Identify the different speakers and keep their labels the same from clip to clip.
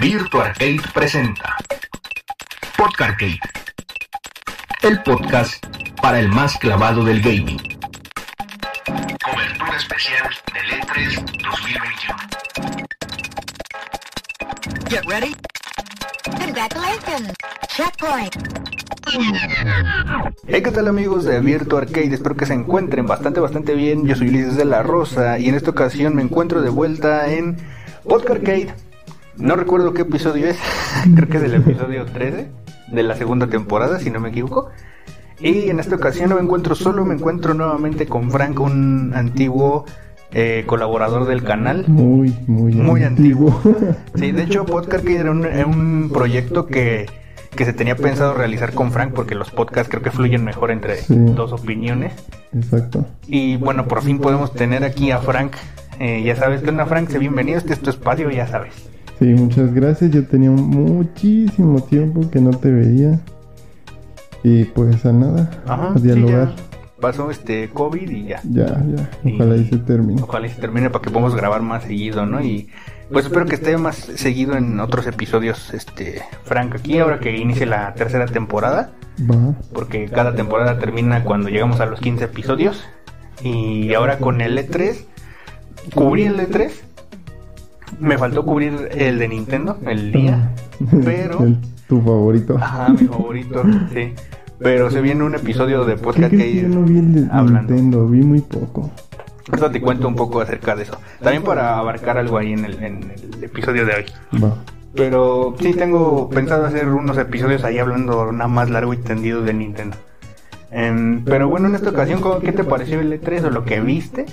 Speaker 1: Virtu Arcade presenta Podcarcade, el podcast para el más clavado del gaming. Cobertura especial E del E3 2021.
Speaker 2: Get ready. Congratulations. Checkpoint.
Speaker 3: Hey, ¿qué tal amigos de Virtu Arcade? Espero que se encuentren bastante, bastante bien. Yo soy Ulises de la Rosa y en esta ocasión me encuentro de vuelta en Podcarcade. No recuerdo qué episodio es, creo que es el episodio 13 de la segunda temporada, si no me equivoco. Y en esta ocasión no me encuentro solo, me encuentro nuevamente con Frank, un antiguo eh, colaborador del canal.
Speaker 4: Muy, muy,
Speaker 3: Muy antiguo. Sí, de hecho, Podcast era un, era un proyecto que, que se tenía pensado realizar con Frank, porque los podcasts creo que fluyen mejor entre
Speaker 4: Sí.
Speaker 3: dos opiniones.
Speaker 4: Exacto.
Speaker 3: Y bueno, por fin podemos tener aquí a Frank. Eh, ya sabes que onda, Frank, sé bienvenido, este es tu espacio, ya sabes.
Speaker 4: Sí, muchas gracias. Yo tenía muchísimo tiempo que no te veía. Y pues a nada,
Speaker 3: Ajá,
Speaker 4: a
Speaker 3: sí,
Speaker 4: dialogar.
Speaker 3: ya pasó este COVID y ya.
Speaker 4: ya. ya, Ojalá y se termine.
Speaker 3: Ojalá y se termine para que podamos grabar más seguido, ¿no? Y pues espero que esté más seguido en otros episodios, este, Frank, aquí ahora que inicie la tercera temporada.
Speaker 4: Va.
Speaker 3: porque cada temporada termina cuando llegamos a los 15 episodios. Y ahora con el E3, cubrí el E3. Me faltó cubrir el de Nintendo, el día. Pero,
Speaker 4: Mm. El- tu favorito.
Speaker 3: ajá, mi favorito, sí. Pero se viene un episodio de
Speaker 4: ¿Qué
Speaker 3: podcast que
Speaker 4: crees que yo no vi el de
Speaker 3: hablando.
Speaker 4: Nintendo? Vi muy poco.
Speaker 3: Ahorita te cuento un poco acerca de eso. También para abarcar algo ahí en el, en el episodio de hoy.
Speaker 4: Va.
Speaker 3: Pero sí tengo pensado hacer unos episodios ahí hablando nada más largo y tendido de Nintendo. Em, pero bueno, en esta ocasión, ¿cómo- ¿qué te pareció el E3 o lo que viste?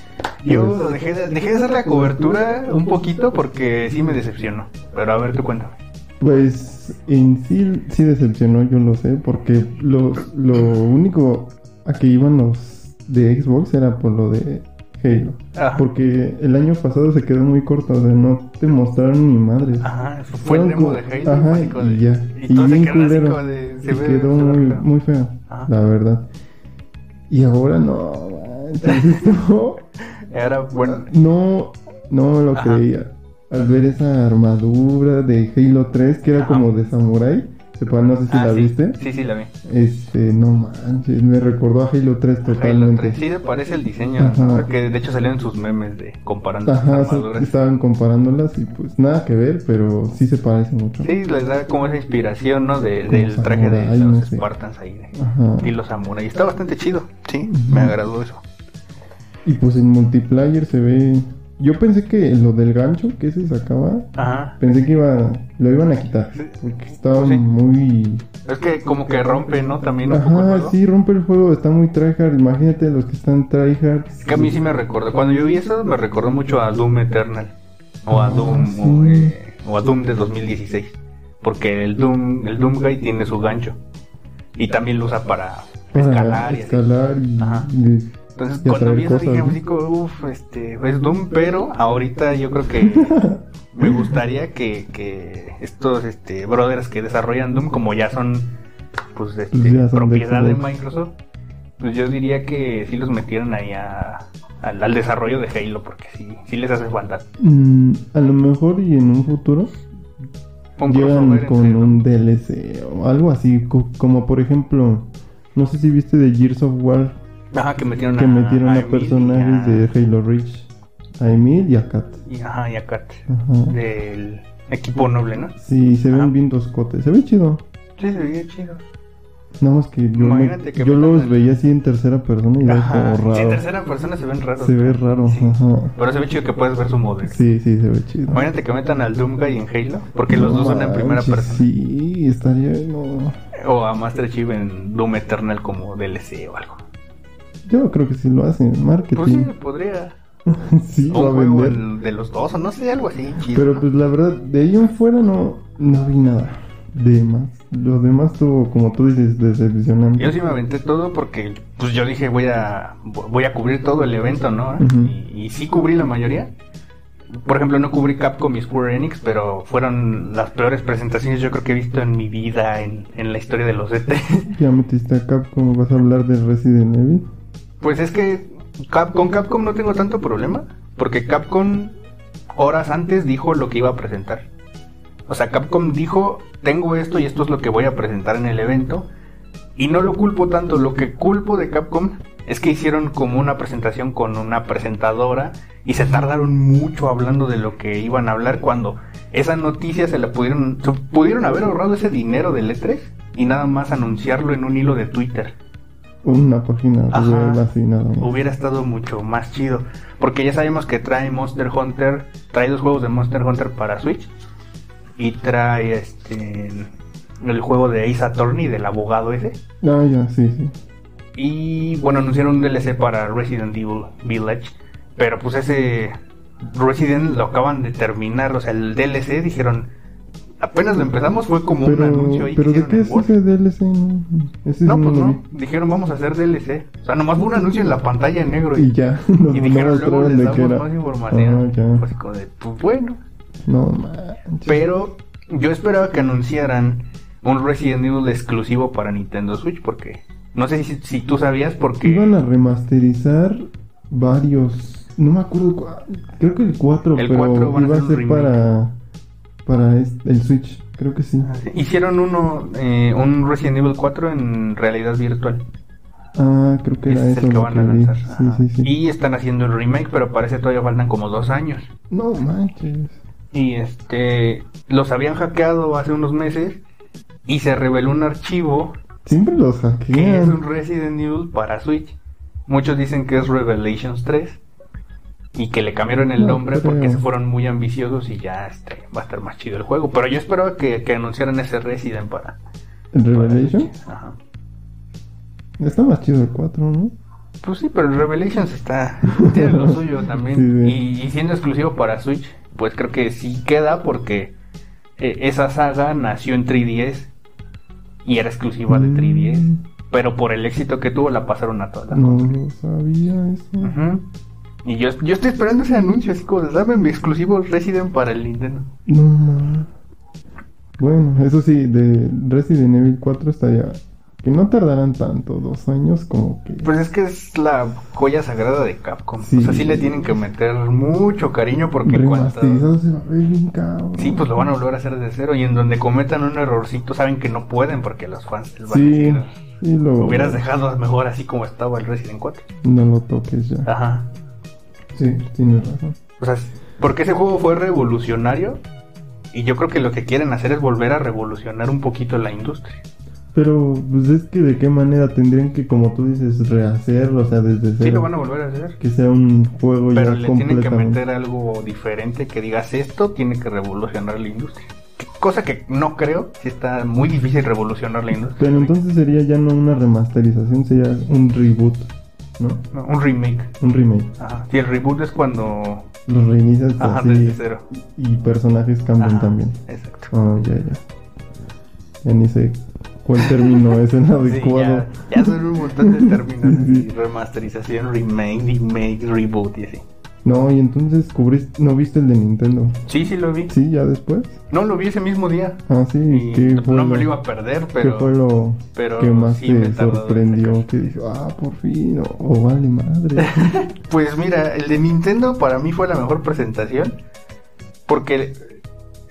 Speaker 3: Yo dejé, de- dejé de hacer la cobertura un poquito porque sí me decepcionó. Pero a ver, tú cuéntame.
Speaker 4: Pues en sí, sí decepcionó, yo lo sé, porque lo, lo único a que iban los de Xbox era por lo de Halo.
Speaker 3: Ajá.
Speaker 4: Porque el año pasado se quedó muy corto, o sea, no te mostraron ni madres.
Speaker 3: Ajá, eso Ah, fue el demo de Halo.
Speaker 4: Ajá,
Speaker 3: básico de-
Speaker 4: y ya.
Speaker 3: Y, todo se
Speaker 4: bien
Speaker 3: quedó así
Speaker 4: culero.
Speaker 3: como de- se
Speaker 4: Se
Speaker 3: ve- Ah.
Speaker 4: quedó
Speaker 3: se ve
Speaker 4: muy,
Speaker 3: feo.
Speaker 4: muy feo,
Speaker 3: Ajá.
Speaker 4: la verdad. Y ahora no, manches, no,
Speaker 3: Era bueno.
Speaker 4: no, no lo
Speaker 3: Ajá.
Speaker 4: creía. Al ver esa armadura de Halo 3, que era
Speaker 3: Ajá.
Speaker 4: como de samurái, sepa, no sé si
Speaker 3: Ah,
Speaker 4: la
Speaker 3: sí,
Speaker 4: viste.
Speaker 3: Sí, sí, la vi.
Speaker 4: Este, no manches, me recordó a Halo 3
Speaker 3: Halo
Speaker 4: totalmente.
Speaker 3: 3. Sí, se parece el diseño.
Speaker 4: Ajá.
Speaker 3: ¿no? Que de hecho salieron sus memes de comparando sus
Speaker 4: Ajá,
Speaker 3: armaduras.
Speaker 4: estaban comparándolas y pues nada que ver, pero sí se parece mucho.
Speaker 3: Sí, les da como esa inspiración, ¿no? De-
Speaker 4: Como
Speaker 3: del traje de
Speaker 4: samurái,
Speaker 3: los
Speaker 4: no sé.
Speaker 3: Spartans ahí. de-
Speaker 4: Ajá.
Speaker 3: Y los samuráis. Está bastante chido, sí. Me agradó eso.
Speaker 4: Y pues en multiplayer se ve. Yo pensé que lo del gancho que se sacaba,
Speaker 3: Ajá.
Speaker 4: pensé que iba, lo iban a quitar. Porque estaba
Speaker 3: Sí.
Speaker 4: muy.
Speaker 3: Es que como que rompe, ¿no? También un poco el
Speaker 4: Ajá,
Speaker 3: juego.
Speaker 4: sí, rompe el juego, está muy tryhard. Imagínate los que están tryhard.
Speaker 3: Es que a mí sí me recordó. Cuando yo vi eso, me recordó mucho a Doom Eternal. O a
Speaker 4: Ah,
Speaker 3: Doom.
Speaker 4: sí.
Speaker 3: O, eh, o a Doom de 2016. Porque el Doom, el Doom Guy tiene su gancho. Y también lo usa para escalar y así.
Speaker 4: escalar y-
Speaker 3: Ajá.
Speaker 4: y-
Speaker 3: Entonces,
Speaker 4: y
Speaker 3: cuando
Speaker 4: atraer
Speaker 3: vi eso dije,
Speaker 4: cosas, ¿no?
Speaker 3: así como, uff, este, es Doom, pero ahorita yo creo que me gustaría que, que estos este, brothers que desarrollan Doom, como ya son, pues, este,
Speaker 4: Pues ya son de
Speaker 3: propiedad de
Speaker 4: Xbox.
Speaker 3: Microsoft, pues yo diría que sí los metieran ahí a- al, al desarrollo de Halo, porque sí, sí les hace falta.
Speaker 4: Mm, a lo mejor y en un futuro
Speaker 3: Un crossover
Speaker 4: llegan con
Speaker 3: entre-
Speaker 4: un DLC o algo así, co- como por ejemplo, no sé si viste de Gears of War
Speaker 3: Ajá, que metieron
Speaker 4: que
Speaker 3: a,
Speaker 4: metieron a
Speaker 3: Emil y a-
Speaker 4: personajes de Halo Reach, a Emil y a Kat.
Speaker 3: y- ajá, y a Kat,
Speaker 4: Ajá.
Speaker 3: del equipo noble, ¿no?
Speaker 4: Sí, se
Speaker 3: Ajá.
Speaker 4: ven bien toscotes, se ve chido.
Speaker 3: Sí, se veía chido.
Speaker 4: Nada más que yo, me-
Speaker 3: Imagínate que
Speaker 4: yo
Speaker 3: metan
Speaker 4: los
Speaker 3: el-
Speaker 4: veía así en tercera persona y era
Speaker 3: Ajá.
Speaker 4: como
Speaker 3: Sí,
Speaker 4: raro.
Speaker 3: en tercera persona se ven raros.
Speaker 4: Se ve raro,
Speaker 3: Sí.
Speaker 4: ajá.
Speaker 3: Pero se ve chido que puedes ver su modelo.
Speaker 4: Sí, sí, se ve chido.
Speaker 3: Imagínate que metan al Doom Guy en Halo, porque los dos son en primera
Speaker 4: Manches,
Speaker 3: persona.
Speaker 4: Sí, estaría. no.
Speaker 3: O a Master Chief en Doom Eternal como DLC o algo.
Speaker 4: Yo creo que sí lo hacen,
Speaker 3: Pues sí,
Speaker 4: marketing.
Speaker 3: podría.
Speaker 4: sí,
Speaker 3: O
Speaker 4: lo
Speaker 3: un
Speaker 4: va a
Speaker 3: juego
Speaker 4: vender.
Speaker 3: el- de los dos, o no sé, algo así chido.
Speaker 4: Pero
Speaker 3: ¿no?
Speaker 4: pues la verdad, de ahí en fuera no, no vi nada de más. Lo demás estuvo, como tú dices, decepcionante.
Speaker 3: Yo sí me aventé todo porque pues yo dije voy a voy a cubrir todo el evento, ¿no?
Speaker 4: Ujú.
Speaker 3: y, y sí cubrí la mayoría. Por ejemplo, no cubrí Capcom y Square Enix, pero fueron las peores presentaciones yo creo que he visto en mi vida en, en la historia de los E ET.
Speaker 4: Ya metiste a Capcom, vas a hablar de Resident Evil.
Speaker 3: Pues es que Cap- con Capcom no tengo tanto problema, porque Capcom horas antes dijo lo que iba a presentar. O sea, Capcom dijo, tengo esto y esto es lo que voy a presentar en el evento. Y no lo culpo tanto, lo que culpo de Capcom es que hicieron como una presentación con una presentadora y se tardaron mucho hablando de lo que iban a hablar cuando esa noticia se la pudieron, se pudieron haber ahorrado ese dinero del E3 y nada más anunciarlo en un hilo de Twitter.
Speaker 4: Una página
Speaker 3: Ajá.
Speaker 4: web así nada más.
Speaker 3: Hubiera estado mucho más chido. Porque ya sabemos que trae Monster Hunter, trae dos juegos de Monster Hunter para Switch. Y trae este el juego de Ace Attorney del abogado ese.
Speaker 4: Ah, ya, sí, sí.
Speaker 3: Y bueno, anunciaron un DLC para Resident Evil Village. Pero pues ese Resident lo acaban de terminar. O sea, el DLC dijeron. Apenas lo empezamos, fue como un anuncio
Speaker 4: Pero,
Speaker 3: ahí. que
Speaker 4: pero ¿de
Speaker 3: hicieron
Speaker 4: qué
Speaker 3: en
Speaker 4: es
Speaker 3: Word.
Speaker 4: ese DLC? No, Ese
Speaker 3: No,
Speaker 4: sí
Speaker 3: pues
Speaker 4: lo
Speaker 3: no. Dijeron, vamos a hacer DLC. O sea, nomás fue un anuncio en la pantalla en negro.
Speaker 4: vi. Y ya, nos
Speaker 3: Y dijeron luego les
Speaker 4: mostraron de qué
Speaker 3: damos
Speaker 4: era.
Speaker 3: más información.
Speaker 4: Ah, ya.
Speaker 3: Pues, como de, pues, bueno.
Speaker 4: No manches.
Speaker 3: Pero yo esperaba que anunciaran un Resident Evil exclusivo para Nintendo Switch porque no sé si, si tú sabías porque
Speaker 4: Iban a remasterizar varios. No me acuerdo. cua- Creo que el 4,
Speaker 3: El
Speaker 4: pero
Speaker 3: 4 van a
Speaker 4: iba a
Speaker 3: hacer un
Speaker 4: ser para, para es- el Switch. Creo que
Speaker 3: Ah,
Speaker 4: sí.
Speaker 3: hicieron uno eh, un Resident Evil 4 en realidad virtual.
Speaker 4: Ah, creo que era
Speaker 3: Ese es
Speaker 4: eso.
Speaker 3: el que
Speaker 4: lo
Speaker 3: van a
Speaker 4: vi.
Speaker 3: lanzar. Ah. Ajá.
Speaker 4: Sí, sí, sí.
Speaker 3: Y están haciendo el remake, pero parece todavía faltan como dos años.
Speaker 4: No manches.
Speaker 3: Y este los habían hackeado hace unos meses y se reveló un archivo
Speaker 4: Siempre los
Speaker 3: que es un
Speaker 4: hackean.
Speaker 3: Resident Evil para Switch. Muchos dicen que es Revelations 3 y que le cambiaron el
Speaker 4: No
Speaker 3: nombre porque
Speaker 4: creo.
Speaker 3: se fueron muy ambiciosos y ya este, va a estar más chido el juego. Pero yo esperaba que, que anunciaran ese Resident para.
Speaker 4: ¿El Revelation?
Speaker 3: Ajá.
Speaker 4: Está más chido el 4, ¿no?
Speaker 3: Pues sí, pero el Revelations está. Tiene lo suyo también.
Speaker 4: Sí, sí.
Speaker 3: Y, y siendo exclusivo para Switch, pues creo que sí queda porque eh, esa saga nació en 3DS y era exclusiva de 3DS.
Speaker 4: Mm,
Speaker 3: Pero por el éxito que tuvo la pasaron a todas las
Speaker 4: No lo sabía eso.
Speaker 3: Ujú. Y yo, yo estoy esperando ese anuncio, así como, dame mi exclusivo Resident para el Nintendo.
Speaker 4: No ma. Bueno, eso sí, de Resident Evil 4 estaría. Que no tardarán tanto, dos años como que.
Speaker 3: Pues es que es la joya sagrada de Capcom.
Speaker 4: Sí.
Speaker 3: O sea, sí le tienen que meter mucho cariño porque en cuanto...
Speaker 4: Remasterizado se va a ver bien cabrón.
Speaker 3: Sí, pues lo van a volver a hacer de cero y en donde cometan un errorcito saben que no pueden porque los fans les van a
Speaker 4: Sí,
Speaker 3: decir,
Speaker 4: sí lo.
Speaker 3: hubieras dejado mejor así como estaba el Resident 4.
Speaker 4: No lo toques ya.
Speaker 3: Ajá.
Speaker 4: Sí, tienes razón.
Speaker 3: O sea, porque ese juego fue revolucionario y yo creo que lo que quieren hacer es volver a revolucionar un poquito la industria.
Speaker 4: Pero, pues es que de qué manera tendrían que, como tú dices, rehacerlo, o sea, desde cero.
Speaker 3: Sí, lo van a volver a hacer.
Speaker 4: Que sea un juego
Speaker 3: Pero
Speaker 4: Pues ya
Speaker 3: le tienen que
Speaker 4: completamente.
Speaker 3: meter algo diferente que digas esto tiene que revolucionar la industria. Cosa que no creo, si está muy difícil revolucionar la industria.
Speaker 4: Pero entonces sería ya no una remasterización, sería un reboot, ¿no?
Speaker 3: No, un remake.
Speaker 4: Un remake.
Speaker 3: Ajá. Y el reboot es cuando...
Speaker 4: Los reinicias
Speaker 3: Ajá,
Speaker 4: así,
Speaker 3: desde cero.
Speaker 4: y personajes cambian
Speaker 3: Ajá,
Speaker 4: también.
Speaker 3: Exacto.
Speaker 4: Ah, ya, ya. Ya ni sé cuál término es el
Speaker 3: Sí,
Speaker 4: adecuado.
Speaker 3: ya, ya son un montón de términos.
Speaker 4: Sí, sí.
Speaker 3: así, Remasterización, remake, remake, reboot y así.
Speaker 4: No, y entonces cubriste, no viste el de Nintendo.
Speaker 3: Sí, sí lo vi.
Speaker 4: Sí, ya después.
Speaker 3: No lo vi ese mismo día.
Speaker 4: Ah, sí,
Speaker 3: Y
Speaker 4: ¿qué
Speaker 3: no
Speaker 4: fue
Speaker 3: me lo iba a perder,
Speaker 4: qué
Speaker 3: pero...
Speaker 4: fue lo
Speaker 3: pero
Speaker 4: que más
Speaker 3: sí me
Speaker 4: te
Speaker 3: tardó en
Speaker 4: sorprendió? Que dijo, ah, por fin, o, o vale madre.
Speaker 3: Pues mira, el de Nintendo para mí fue la mejor presentación. Porque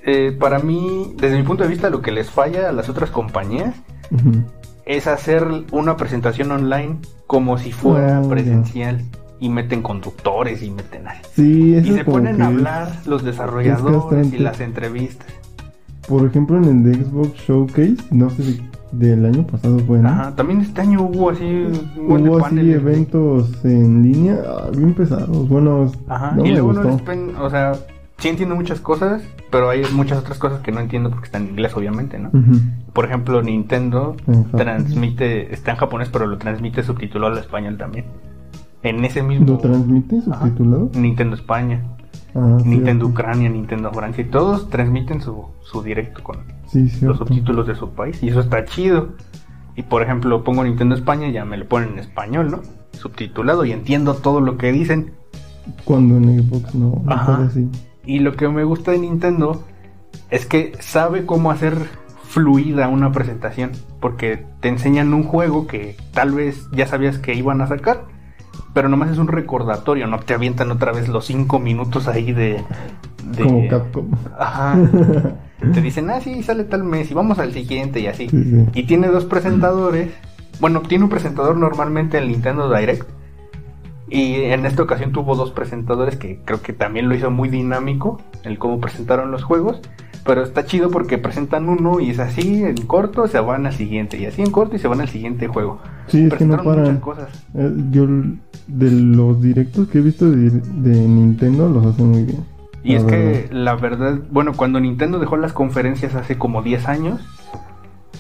Speaker 3: eh, para mí, desde mi punto de vista, lo que les falla a las otras compañías
Speaker 4: Ujú.
Speaker 3: es hacer una presentación online como si fuera
Speaker 4: Ah, ya.
Speaker 3: presencial. Y meten conductores y meten así.
Speaker 4: sí, eso
Speaker 3: Y se
Speaker 4: como
Speaker 3: ponen
Speaker 4: que
Speaker 3: a
Speaker 4: es-
Speaker 3: hablar los desarrolladores
Speaker 4: castrante.
Speaker 3: y las entrevistas.
Speaker 4: Por ejemplo, en el de Xbox Showcase, no sé si del año pasado fue, ¿no?
Speaker 3: Ajá, también este año hubo así un buen de
Speaker 4: Hubo así
Speaker 3: paneles de-
Speaker 4: eventos en línea ah, bien pesados, buenos.
Speaker 3: Ajá,
Speaker 4: no
Speaker 3: y
Speaker 4: me
Speaker 3: luego no
Speaker 4: gustó.
Speaker 3: les pen- o sea, sí entiendo muchas cosas, pero hay muchas otras cosas que no entiendo porque están en inglés, obviamente, ¿no?
Speaker 4: Ujú.
Speaker 3: Por ejemplo, Nintendo
Speaker 4: En japonés.
Speaker 3: transmite, está en japonés, pero lo transmite subtitulado al español también. En ese mismo.
Speaker 4: ¿Lo transmite
Speaker 3: Ajá.
Speaker 4: subtitulado?
Speaker 3: Nintendo España,
Speaker 4: Ah, sí,
Speaker 3: Nintendo
Speaker 4: ok.
Speaker 3: Ucrania, Nintendo Francia, y todos transmiten su, su directo con
Speaker 4: Sí, sí.
Speaker 3: los subtítulos de su país, y eso está chido. Y por ejemplo, pongo Nintendo España y ya me lo ponen en español, ¿no? Subtitulado y entiendo todo lo que dicen.
Speaker 4: Cuando en Xbox no, no
Speaker 3: Ajá.
Speaker 4: fue así.
Speaker 3: Y lo que me gusta de Nintendo es que sabe cómo hacer fluida una presentación, porque te enseñan un juego que tal vez ya sabías que iban a sacar Pero nomás es un recordatorio, no te avientan otra vez los cinco minutos ahí de. de-
Speaker 4: Como Capcom.
Speaker 3: Ajá. Te dicen, ah, sí, sale tal mes y vamos al siguiente y así.
Speaker 4: Sí, sí.
Speaker 3: Y tiene dos presentadores. Bueno, tiene un presentador normalmente en el Nintendo Direct. Y en esta ocasión tuvo dos presentadores que creo que también lo hizo muy dinámico, el cómo presentaron los juegos. Pero está chido porque presentan uno y es así, en corto se van al siguiente. Y así en corto y se van al siguiente juego.
Speaker 4: Sí, es que no
Speaker 3: presentaron muchas
Speaker 4: paran.
Speaker 3: cosas.
Speaker 4: Eh, Yo, l- de los directos que he visto de, de Nintendo, los hacen muy bien.
Speaker 3: Y
Speaker 4: La
Speaker 3: es
Speaker 4: verdad.
Speaker 3: que la verdad, bueno, cuando Nintendo dejó las conferencias hace como 10 años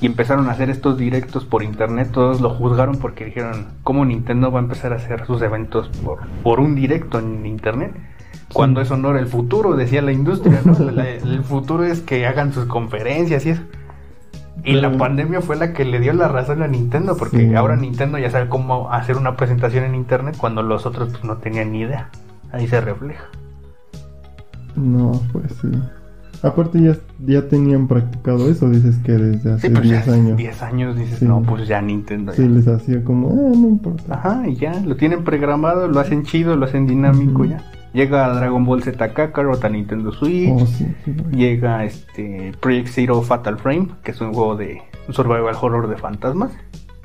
Speaker 3: y empezaron a hacer estos directos por internet, todos lo juzgaron porque dijeron, ¿cómo Nintendo va a empezar a hacer sus eventos por, por un directo en internet? Cuando eso no era el futuro, decía la industria, ¿no? La- el futuro es que hagan sus conferencias y eso. Y la
Speaker 4: Pero-
Speaker 3: pandemia fue la que le dio la razón a Nintendo, porque
Speaker 4: Sí.
Speaker 3: ahora Nintendo ya sabe cómo hacer una presentación en internet cuando los otros pues, no tenían ni idea. Ahí se refleja.
Speaker 4: No, pues sí. Aparte ya, ya tenían practicado eso, dices que desde hace
Speaker 3: Sí, pero
Speaker 4: 10
Speaker 3: ya
Speaker 4: años.
Speaker 3: 10 años dices,
Speaker 4: Sí.
Speaker 3: no, pues ya Nintendo.
Speaker 4: Se
Speaker 3: ya".
Speaker 4: les hacía como, ah, no importa.
Speaker 3: Ajá, y ya, lo tienen programado, lo hacen chido, lo hacen dinámico
Speaker 4: Ujú.
Speaker 3: ya. Llega Dragon Ball Z Kakarot a Nintendo Switch.
Speaker 4: Oh, sí, sí, güey.
Speaker 3: Llega este Project Zero Fatal Frame, que es un juego de un survival horror de fantasmas.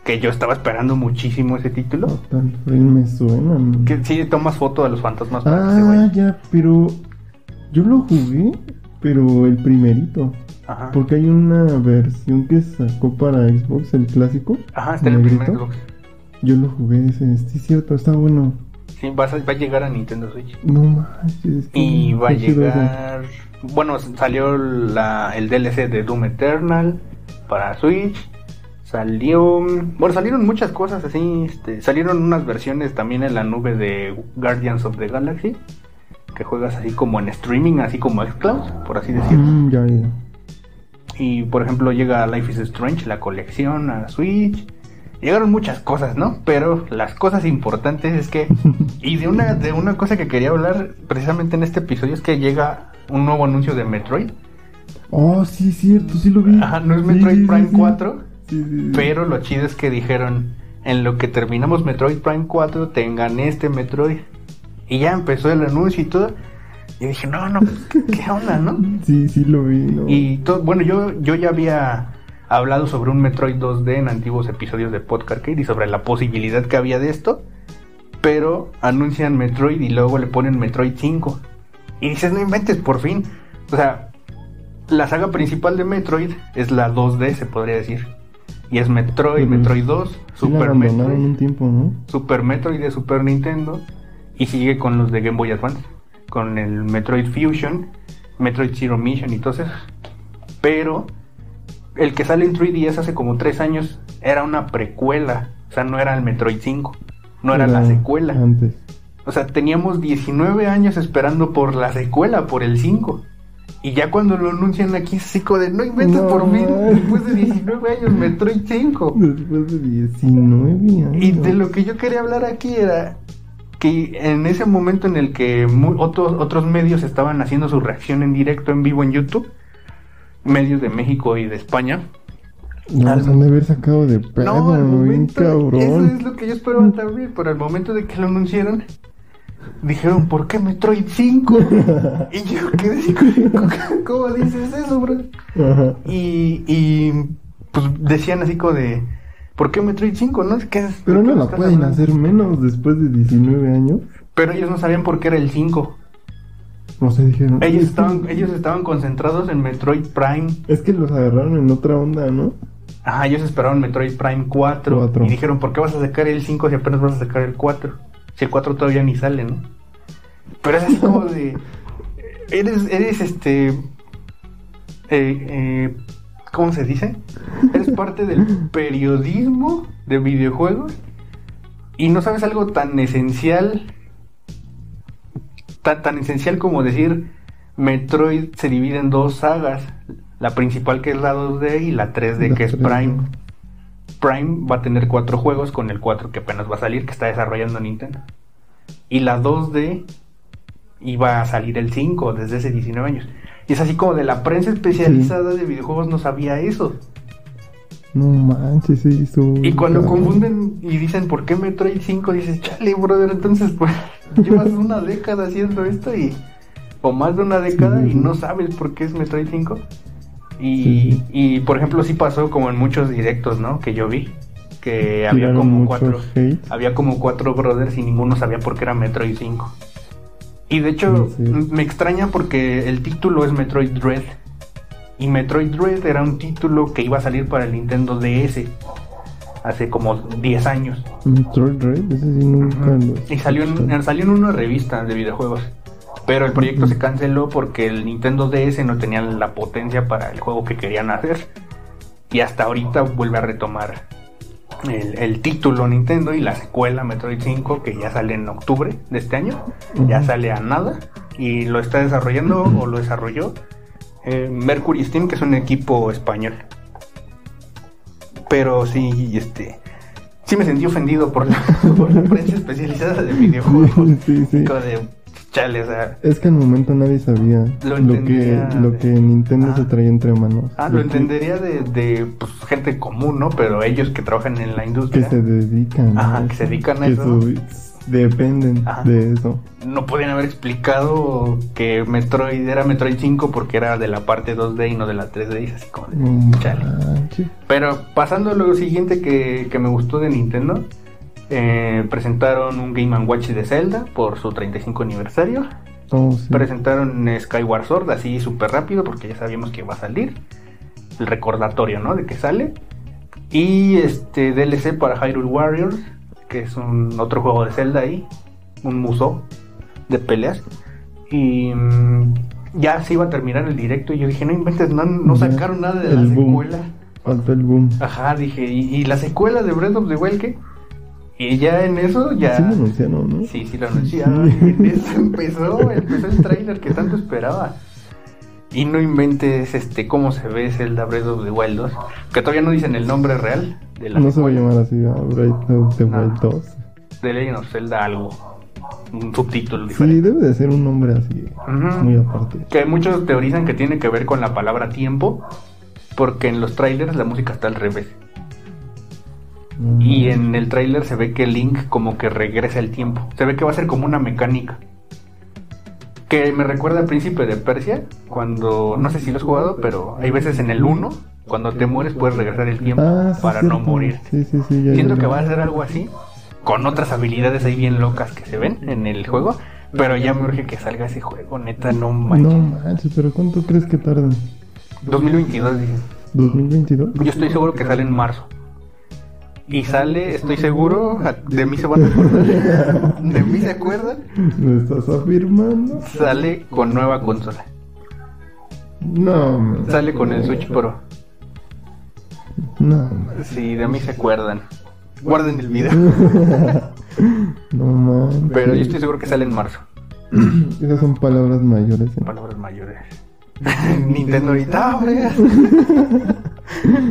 Speaker 3: Que yo estaba esperando muchísimo ese título.
Speaker 4: Fatal Frame me suena. ¿no?
Speaker 3: Que sí tomas foto de los fantasmas para que se
Speaker 4: Ah,
Speaker 3: vayan.
Speaker 4: ya, pero yo lo jugué, pero el primerito.
Speaker 3: Ajá.
Speaker 4: Porque hay una versión que sacó para Xbox, el clásico.
Speaker 3: Ajá, está en el primer
Speaker 4: negrito.
Speaker 3: Xbox.
Speaker 4: Yo lo jugué ese, sí, cierto, está bueno.
Speaker 3: Sí, vas a- va a llegar a Nintendo Switch.
Speaker 4: No manches. es que
Speaker 3: Y va a
Speaker 4: está chido ese.
Speaker 3: llegar. Bueno, s- salió la- el DLC de Doom Eternal para Switch. Salió. Bueno, salieron muchas cosas así. este, salieron unas versiones también en la nube de Guardians of the Galaxy. Que juegas así como en streaming, así como Xcloud, por así decirlo.
Speaker 4: Mm, ya, ya.
Speaker 3: Y por ejemplo, llega Life is Strange, la colección a Switch. Llegaron muchas cosas, ¿no? Pero las cosas importantes es que. Y de una, de una cosa que quería hablar precisamente en este episodio es que llega un nuevo anuncio de Metroid.
Speaker 4: Oh, sí, cierto, sí lo vi.
Speaker 3: Ajá, no es
Speaker 4: Sí,
Speaker 3: Metroid
Speaker 4: sí, sí,
Speaker 3: Prime
Speaker 4: sí.
Speaker 3: 4,
Speaker 4: Sí, sí, sí.
Speaker 3: pero lo chido es que dijeron: en lo que terminamos Metroid Prime 4, tengan este Metroid. Y ya empezó el anuncio y todo. Y dije: no, no, ¿qué- ¿qué onda, no?
Speaker 4: Sí, sí lo vi, ¿no?
Speaker 3: Y to- bueno, yo, yo ya había hablado sobre un Metroid 2D en antiguos episodios de Podcast y sobre la posibilidad que había de esto, pero anuncian Metroid y luego le ponen Metroid 5. Y dices, no inventes, por fin. O sea, la saga principal de Metroid es la 2D, se podría decir. Y es Metroid,
Speaker 4: Ujú.
Speaker 3: Metroid 2,
Speaker 4: Sí la
Speaker 3: Super
Speaker 4: abandonaron
Speaker 3: Metroid.
Speaker 4: un tiempo, ¿no?
Speaker 3: Super Metroid de Super Nintendo y sigue con los de Game Boy Advance, con el Metroid Fusion, Metroid Zero Mission y todo eso. Pero el que sale en 3DS hace como 3 años era una precuela, o sea, no era el Metroid 5, no era la secuela.
Speaker 4: Antes.
Speaker 3: O sea, teníamos 19 años esperando por la secuela, por el 5. Y ya cuando lo anuncian aquí, es así como de no inventes
Speaker 4: No.
Speaker 3: por mí, después de 19 años, Metroid 5.
Speaker 4: Después de 19 años.
Speaker 3: Y de lo que yo quería hablar aquí era que en ese momento en el que mu- otros, otros medios estaban haciendo su reacción en directo, en vivo en YouTube, medios de México y de España,
Speaker 4: No,
Speaker 3: al-
Speaker 4: se han de haber sacado de pedo,
Speaker 3: no, al
Speaker 4: bien
Speaker 3: momento, eso
Speaker 4: cabrón.
Speaker 3: es lo que yo esperaba también, pero al momento de que lo anunciaron, dijeron, ¿por qué Metroid 5? y yo quedé así, como, ¿cómo dices eso, bro?
Speaker 4: Ajá.
Speaker 3: Y, y pues decían así como de, ¿por qué Metroid 5? No, es que es-
Speaker 4: Pero
Speaker 3: ¿de
Speaker 4: no
Speaker 3: qué me
Speaker 4: la
Speaker 3: estás
Speaker 4: pueden
Speaker 3: hablando?
Speaker 4: hacer menos después de 19 años.
Speaker 3: Pero ellos no sabían por qué era el 5.
Speaker 4: No sé, dijeron.
Speaker 3: Ellos
Speaker 4: "Es que-
Speaker 3: estaban, ellos estaban concentrados en Metroid Prime.
Speaker 4: Es que los agarraron en otra onda, ¿no?
Speaker 3: Ajá, ellos esperaron Metroid Prime 4.
Speaker 4: Cuatro.
Speaker 3: Y dijeron, ¿por qué vas a sacar el 5 si apenas vas a sacar el 4? Si el 4 todavía ni sale, ¿no? Pero es así como de... Eres, eres este... eh, eh, ¿Cómo se dice? Eres parte del periodismo de videojuegos y no sabes algo tan esencial tan, tan esencial como decir Metroid se divide en dos sagas, la principal que es la 2D y la 3D
Speaker 4: La
Speaker 3: que es
Speaker 4: 3D.
Speaker 3: Prime. Prime va a tener cuatro juegos con el 4 que apenas va a salir, que está desarrollando Nintendo. Y la 2D iba a salir el 5 desde hace 19 años. Y es así como de la prensa especializada de videojuegos no sabía eso.
Speaker 4: No manches, sí, estuvo
Speaker 3: Y
Speaker 4: bien
Speaker 3: cuando
Speaker 4: cabrón.
Speaker 3: confunden y dicen, ¿por qué Metroid 5? Dices, chale, brother, entonces pues llevas una década haciendo esto y... O más de una década
Speaker 4: Sí.
Speaker 3: y no sabes por qué es Metroid 5. Y,
Speaker 4: Sí.
Speaker 3: y, por ejemplo, sí pasó como en muchos directos, ¿no? Que yo vi. Que había
Speaker 4: Tiraron
Speaker 3: como
Speaker 4: mucho
Speaker 3: cuatro...
Speaker 4: hate.
Speaker 3: Había como cuatro brothers y ninguno sabía por qué era Metroid 5. Y de hecho,
Speaker 4: Sí, sí.
Speaker 3: me extraña porque el título es Metroid Dread. Y Metroid Dread era un título que iba a salir para el Nintendo DS hace como 10 años.
Speaker 4: Metroid Dread, ese sí nunca lo
Speaker 3: Y salió en,
Speaker 4: escuché.
Speaker 3: salió en una revista de videojuegos. Pero el proyecto se canceló porque el Nintendo DS no tenía la potencia para el juego que querían hacer. Y hasta ahorita vuelve a retomar el, el título Nintendo y la secuela Metroid 5 que ya sale en octubre de este año. Ya
Speaker 4: Ujú.
Speaker 3: sale a nada y lo está desarrollando o lo desarrolló eh, Mercury Steam, que es un equipo español. Pero sí, este... Sí me sentí ofendido por la, por la prensa especializada de videojuegos.
Speaker 4: Sí, sí.
Speaker 3: Como de, chale, o sea,
Speaker 4: Es que al momento nadie sabía
Speaker 3: Lo
Speaker 4: lo,
Speaker 3: entendía
Speaker 4: que, lo
Speaker 3: de-
Speaker 4: que Nintendo
Speaker 3: Ah.
Speaker 4: se traía entre manos.
Speaker 3: ah, lo
Speaker 4: que-
Speaker 3: entendería de, de, pues, gente común, ¿no? Pero ellos que trabajan en la
Speaker 4: Que
Speaker 3: industria
Speaker 4: se dedican.
Speaker 3: Ajá,
Speaker 4: ¿no?
Speaker 3: que se dedican a
Speaker 4: Que
Speaker 3: eso.
Speaker 4: su- dependen
Speaker 3: Ajá.
Speaker 4: de eso.
Speaker 3: no podían haber explicado que Metroid era Metroid 5 porque era de la parte 2D y no de la 3D. y es así como de,
Speaker 4: No
Speaker 3: chale.
Speaker 4: manches.
Speaker 3: Pero pasando a lo siguiente que, que me gustó de Nintendo, eh, presentaron un Game Watch de Zelda por su 35 aniversario.
Speaker 4: Oh, sí.
Speaker 3: Presentaron Skyward Sword así súper rápido porque ya sabíamos que iba a salir. El recordatorio, ¿no? De que sale. Y este DLC para Hyrule Warriors, que es un otro juego de Zelda ahí. Un museo de peleas. Y mm, ya se iba a terminar el directo y yo dije, no inventes, no, no
Speaker 4: Ya,
Speaker 3: sacaron nada de la
Speaker 4: el boom.
Speaker 3: secuela.
Speaker 4: Faltó el boom.
Speaker 3: Ajá, dije, ¿y, y la secuela de Breath of the Wild qué? Y ya en eso ya...
Speaker 4: Sí lo anunciaron, ¿no?
Speaker 3: Sí, sí, lo anunciaron.
Speaker 4: Sí.
Speaker 3: Y en eso empezó, empezó el tráiler que tanto esperaba. Y no inventes este cómo se ve Zelda Breath of the Wild 2, que todavía no dicen el nombre real de la
Speaker 4: No se va a llamar así, ah, Breath of the
Speaker 3: No.
Speaker 4: Wild 2.
Speaker 3: de Legend of Zelda algo, un subtítulo
Speaker 4: Sí,
Speaker 3: diferente.
Speaker 4: debe de ser un nombre así,
Speaker 3: Ujú.
Speaker 4: muy aparte.
Speaker 3: Que muchos teorizan que tiene que ver con la palabra tiempo, porque en los trailers la música está al revés. Y en el tráiler se ve que Link como que regresa el tiempo. Se ve que va a ser como una mecánica. Que me recuerda al príncipe de Persia, cuando, no sé si lo has jugado, pero hay veces en el 1, cuando te mueres puedes regresar el tiempo
Speaker 4: Ah, sí,
Speaker 3: para
Speaker 4: cierto.
Speaker 3: no morir.
Speaker 4: Sí, sí, sí. ya,
Speaker 3: Siento
Speaker 4: ya,
Speaker 3: que
Speaker 4: ya.
Speaker 3: va a ser algo así, con otras habilidades ahí bien locas que se ven en el juego, pero ya me urge que salga ese juego, neta, no
Speaker 4: No
Speaker 3: manches.
Speaker 4: manches, pero ¿cuánto crees que tardan?
Speaker 3: 2022 dije.
Speaker 4: ¿2022?
Speaker 3: Yo estoy seguro que sale en marzo. Y sale, estoy seguro, a- de mí se van a acordar. De mí se acuerdan.
Speaker 4: ¿Me estás afirmando?
Speaker 3: Sale con nueva consola.
Speaker 4: No, man.
Speaker 3: Sale con el Switch Pro.
Speaker 4: No, man.
Speaker 3: Sí, de mí se acuerdan. Guarden el video.
Speaker 4: No, man.
Speaker 3: Pero yo estoy seguro que sale en marzo.
Speaker 4: Esas son palabras mayores. ¿eh?
Speaker 3: Palabras mayores. Nintendo ahorita abre.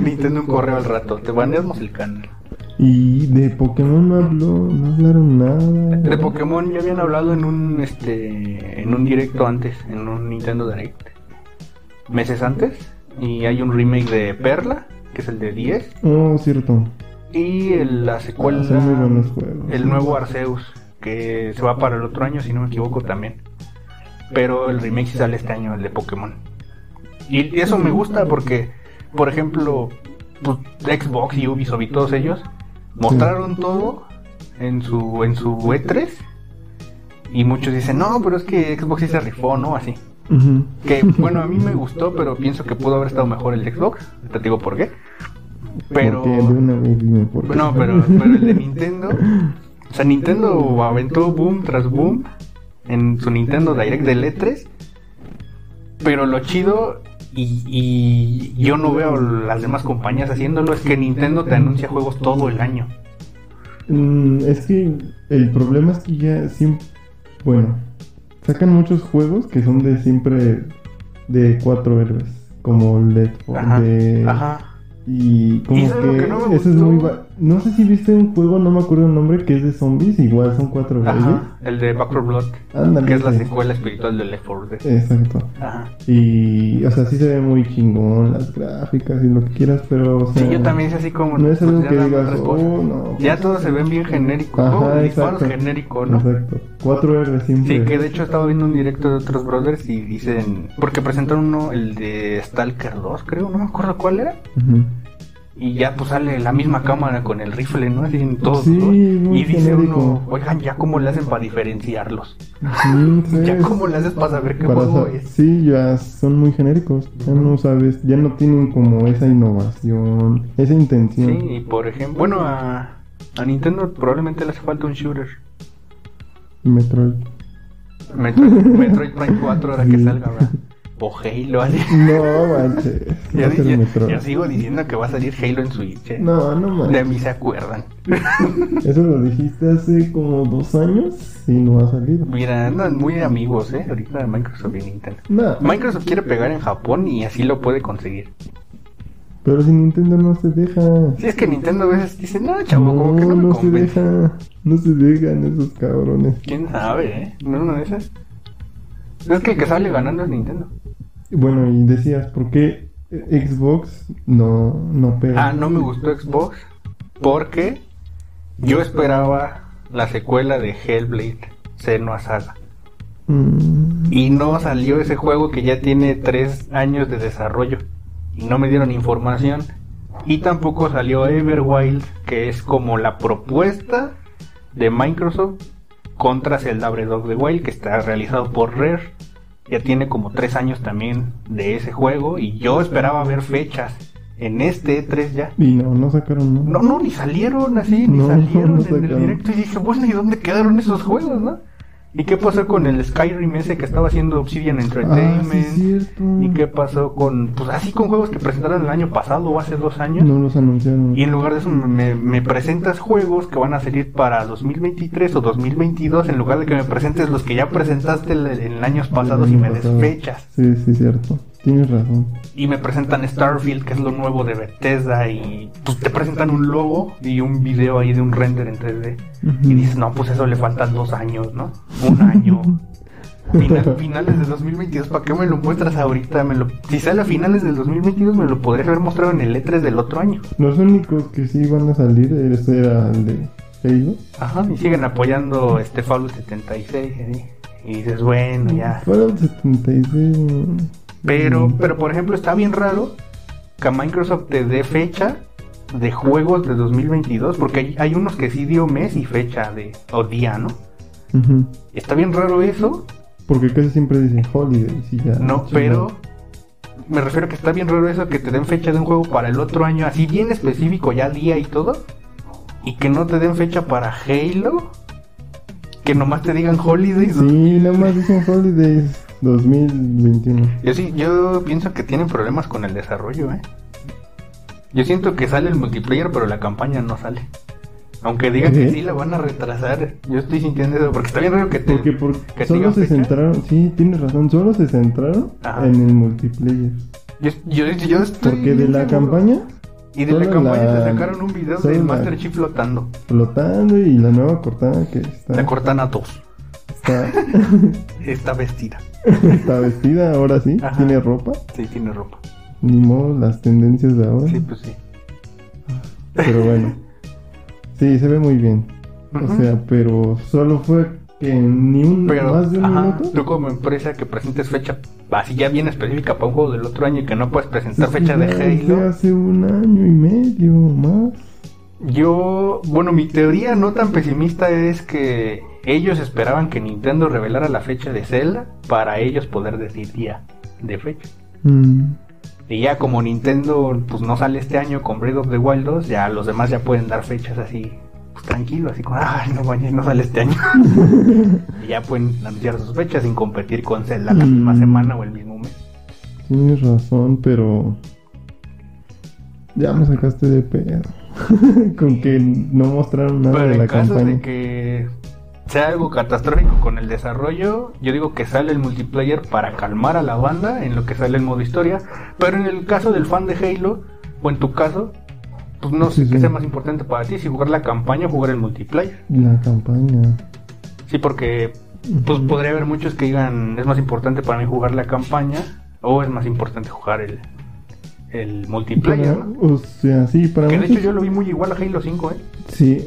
Speaker 3: Nintendo un correo al rato. Te baneamos el canal.
Speaker 4: Y de Pokémon no habló, no hablaron nada.
Speaker 3: De Pokémon ya habían hablado en un este en un directo antes, en un Nintendo Direct. Meses antes. Y hay un remake de Perla, que es el de 10.
Speaker 4: Oh, cierto.
Speaker 3: Y el- la secuela.
Speaker 4: Ah, son muy buenos juegos.
Speaker 3: El nuevo Arceus, que se va para el otro año, si no me equivoco también. Pero el remake sí sale este año, el de Pokémon. Y eso me gusta porque, por ejemplo, pues, Xbox y Ubisoft y todos ellos mostraron todo en su, en su E3. Y muchos dicen, no, pero es que Xbox sí se rifó, ¿no? Así.
Speaker 4: Ujú.
Speaker 3: Que bueno, a mí me gustó, pero pienso que pudo haber estado mejor el de Xbox. Te digo por qué. Pero.
Speaker 4: ¿Por qué? De una vez dime por qué.
Speaker 3: No, pero, pero el de Nintendo. O sea, Nintendo aventó boom tras boom en su Nintendo Direct del E3. Pero lo chido, y, y yo no veo las demás compañías haciéndolo, es que Nintendo te anuncia juegos todo el año.
Speaker 4: Mm, es que el problema es que ya siempre. Bueno, sacan muchos juegos que son de siempre de cuatro héroes. Como el de.
Speaker 3: Ajá.
Speaker 4: de-
Speaker 3: Ajá.
Speaker 4: Y como
Speaker 3: es algo
Speaker 4: que,
Speaker 3: que no me
Speaker 4: eso es
Speaker 3: gustó.
Speaker 4: muy. va- No sé si viste un juego, no me acuerdo el nombre, que es de zombies, igual son cuatro güeyes.
Speaker 3: Ajá, el de Back 4 Blood,
Speaker 4: Ándale,
Speaker 3: que es la
Speaker 4: sí.
Speaker 3: secuela espiritual del Left 4 Dead.
Speaker 4: Exacto.
Speaker 3: Ajá.
Speaker 4: Y, o sea, sí se ve muy chingón las gráficas y lo que quieras, pero. o
Speaker 3: Sí,
Speaker 4: sea,
Speaker 3: yo también es así como. pues,
Speaker 4: No es algo que
Speaker 3: ya
Speaker 4: digas,
Speaker 3: nada más
Speaker 4: oh, no.
Speaker 3: Ya todos se ven bien genéricos.
Speaker 4: Ajá,
Speaker 3: oh,
Speaker 4: exacto.
Speaker 3: disparos genéricos, ¿no?
Speaker 4: Exacto. 4R siempre.
Speaker 3: Sí, que de hecho estaba viendo un directo de otros brothers y dicen. Porque presentaron uno, el de Stalker 2, creo, no me acuerdo cuál era.
Speaker 4: Ujú.
Speaker 3: Y ya pues sale la misma cámara con el rifle, ¿no? Así en todos.
Speaker 4: Sí,
Speaker 3: ¿no?
Speaker 4: muy
Speaker 3: Y dice
Speaker 4: genérico.
Speaker 3: uno, oigan, ¿ya cómo le hacen para diferenciarlos?
Speaker 4: Sí, sí,
Speaker 3: ¿Ya
Speaker 4: es-
Speaker 3: cómo le haces para saber qué
Speaker 4: para
Speaker 3: juego
Speaker 4: sa-
Speaker 3: es?
Speaker 4: Sí, ya son muy genéricos. Ya no sabes, ya no tienen como esa innovación, esa intención.
Speaker 3: Sí, y por ejemplo. Bueno, a, a Nintendo probablemente le hace falta un shooter.
Speaker 4: Metroid.
Speaker 3: Metroid, Metroid Prime 4 ahora que
Speaker 4: Sí.
Speaker 3: salga, ¿verdad? O Halo, ¿vale?
Speaker 4: No manches. va
Speaker 3: Ya,
Speaker 4: a ser
Speaker 3: ya-
Speaker 4: Metroid.
Speaker 3: ya sigo diciendo que va a salir Halo en Switch. ¿eh?
Speaker 4: No, no
Speaker 3: De
Speaker 4: manches.
Speaker 3: mí se acuerdan.
Speaker 4: Eso lo dijiste hace como dos años y no ha salido.
Speaker 3: Mira, andan muy amigos, ¿eh? Ahorita de Microsoft y Nintendo.
Speaker 4: No,
Speaker 3: Microsoft quiere pegar en Japón y así lo puede conseguir.
Speaker 4: pero si Nintendo no se deja.
Speaker 3: Si es que Nintendo a veces dice, no, chavo,
Speaker 4: No,
Speaker 3: como que no me
Speaker 4: no se
Speaker 3: convence.
Speaker 4: deja. No se dejan esos cabrones.
Speaker 3: ¿Quién sabe, eh? No, no, esas. Es que el que sale ganando es Nintendo.
Speaker 4: Bueno, y decías, ¿por qué Xbox no, no pega?
Speaker 3: Ah, no me gustó Xbox porque yo esperaba la secuela de Hellblade, Senua Saga.
Speaker 4: Mm,
Speaker 3: Y no salió ese juego que ya tiene tres años de desarrollo. Y no me dieron información. Y tampoco salió Everwild, que es como la propuesta de Microsoft contra Zelda Breath of the Wild, que está realizado por Rare. Ya tiene como tres años también de ese juego. Y yo esperaba ver fechas en este E3 ya.
Speaker 4: y no, no sacaron nada.
Speaker 3: No, no, ni salieron así, ni
Speaker 4: No,
Speaker 3: salieron
Speaker 4: no
Speaker 3: en el
Speaker 4: sacaron.
Speaker 3: directo. Y dije, bueno, ¿y dónde quedaron esos juegos, no? ¿Y qué pasó con el Skyrim ese que estaba haciendo Obsidian
Speaker 4: Ah,
Speaker 3: Entertainment?
Speaker 4: sí, es cierto.
Speaker 3: ¿Y qué pasó con, pues así con juegos que presentaron el año pasado o hace dos años?
Speaker 4: No los anunciaron.
Speaker 3: Y en lugar de eso me, me- me presentas juegos que van a salir para 2023 o 2022 en lugar de que me presentes los que ya presentaste el- en años pasados y me
Speaker 4: Año pasado.
Speaker 3: despechas.
Speaker 4: Sí, sí, cierto. Tienes razón.
Speaker 3: Y me presentan Starfield, que es lo nuevo de Bethesda, y pues te presentan un logo y un video ahí de un render en 3D. Y dices, no, pues eso le faltan dos años, ¿no? Un año. Final- finales de 2022, ¿para qué me lo muestras ahorita? Me lo, si sale a finales del 2022, me lo podrías haber mostrado en el E3 del otro año.
Speaker 4: Los únicos que sí van a salir este era el de Halo.
Speaker 3: Ajá, y siguen apoyando este Fallout 76, ¿sí? Y dices, bueno, ya.
Speaker 4: Fueron 76. mm,
Speaker 3: Pero,
Speaker 4: mm,
Speaker 3: pero por ejemplo, está bien raro que Microsoft te dé fecha de juegos de 2022, porque hay, hay unos que sí dio mes y fecha de, o día, ¿no?
Speaker 4: ujú.
Speaker 3: Está bien raro eso,
Speaker 4: Porque casi siempre dicen holidays y ya.
Speaker 3: no,
Speaker 4: chingada.
Speaker 3: pero me refiero que está bien raro eso que te den fecha de un juego para el otro año, así bien específico, ya día y todo, y que no te den fecha para Halo, que nomás te digan Holidays.
Speaker 4: Sí, nada más dicen holidays 2021.
Speaker 3: Yo sí, yo pienso que tienen problemas con el desarrollo, ¿eh? Yo siento que sale el multiplayer, pero la campaña no sale. Aunque digan que
Speaker 4: ¿Eh?
Speaker 3: sí la van a retrasar, yo estoy sintiendo eso, porque está bien raro que te,
Speaker 4: Porque, por-
Speaker 3: que te
Speaker 4: solo
Speaker 3: digan
Speaker 4: se
Speaker 3: fecha.
Speaker 4: centraron, sí, tienes razón, solo se centraron
Speaker 3: Ajá.
Speaker 4: en el multiplayer.
Speaker 3: Yo, yo, yo estoy
Speaker 4: Porque de la
Speaker 3: seguro.
Speaker 4: campaña,
Speaker 3: Y de la
Speaker 4: solo
Speaker 3: campaña
Speaker 4: la-
Speaker 3: te sacaron un video
Speaker 4: solo
Speaker 3: del
Speaker 4: la-
Speaker 3: Master Chief flotando.
Speaker 4: flotando y la nueva cortada que está,
Speaker 3: La Cortana 2.
Speaker 4: está,
Speaker 3: Está vestida.
Speaker 4: está vestida ahora sí,
Speaker 3: Ajá.
Speaker 4: tiene ropa,
Speaker 3: Sí, tiene ropa.
Speaker 4: ni modo las tendencias de ahora.
Speaker 3: Sí, pues sí.
Speaker 4: Pero bueno, sí, se ve muy bien. O
Speaker 3: Ujú.
Speaker 4: sea, pero solo fue que ni un
Speaker 3: Pero,
Speaker 4: más de un
Speaker 3: ajá, tú
Speaker 4: minuto.
Speaker 3: como empresa que presentes fecha así ya bien específica para un juego del otro año y que no puedes presentar
Speaker 4: Es que
Speaker 3: fecha de
Speaker 4: ya es
Speaker 3: Halo.
Speaker 4: de hace un año y medio más.
Speaker 3: Yo, bueno, mi teoría no tan pesimista es que ellos esperaban que Nintendo revelara la fecha de Zelda para ellos poder decir día de fecha.
Speaker 4: Mm.
Speaker 3: Y ya como Nintendo pues no sale este año con Breath of the Wild 2, ya los demás ya pueden dar fechas así pues, tranquilo, así como, ay, no manches, no sale este año. y ya pueden anunciar sus fechas sin competir con Zelda la misma
Speaker 4: Mm.
Speaker 3: semana o el mismo mes.
Speaker 4: Tienes razón, pero. Ya me sacaste de pedo. Con que no mostraron nada
Speaker 3: Pero
Speaker 4: de
Speaker 3: en
Speaker 4: la
Speaker 3: caso
Speaker 4: campaña.
Speaker 3: de que sea algo catastrófico con el desarrollo, yo digo que sale el multiplayer para calmar a la banda en lo que sale el modo historia. Pero en el caso del fan de Halo, o en tu caso, pues no sé
Speaker 4: Sí,
Speaker 3: qué
Speaker 4: sí.
Speaker 3: sea más importante para ti, si jugar la campaña o jugar el multiplayer.
Speaker 4: La campaña.
Speaker 3: Sí, porque pues
Speaker 4: Ujú.
Speaker 3: podría haber muchos que digan, es más importante para mí jugar la campaña o es más importante jugar el, el multiplayer.
Speaker 4: Para-
Speaker 3: ¿no?
Speaker 4: o sea, sí, para
Speaker 3: Que de
Speaker 4: muchos-
Speaker 3: hecho yo lo vi muy igual a Halo 5, ¿eh?
Speaker 4: Sí,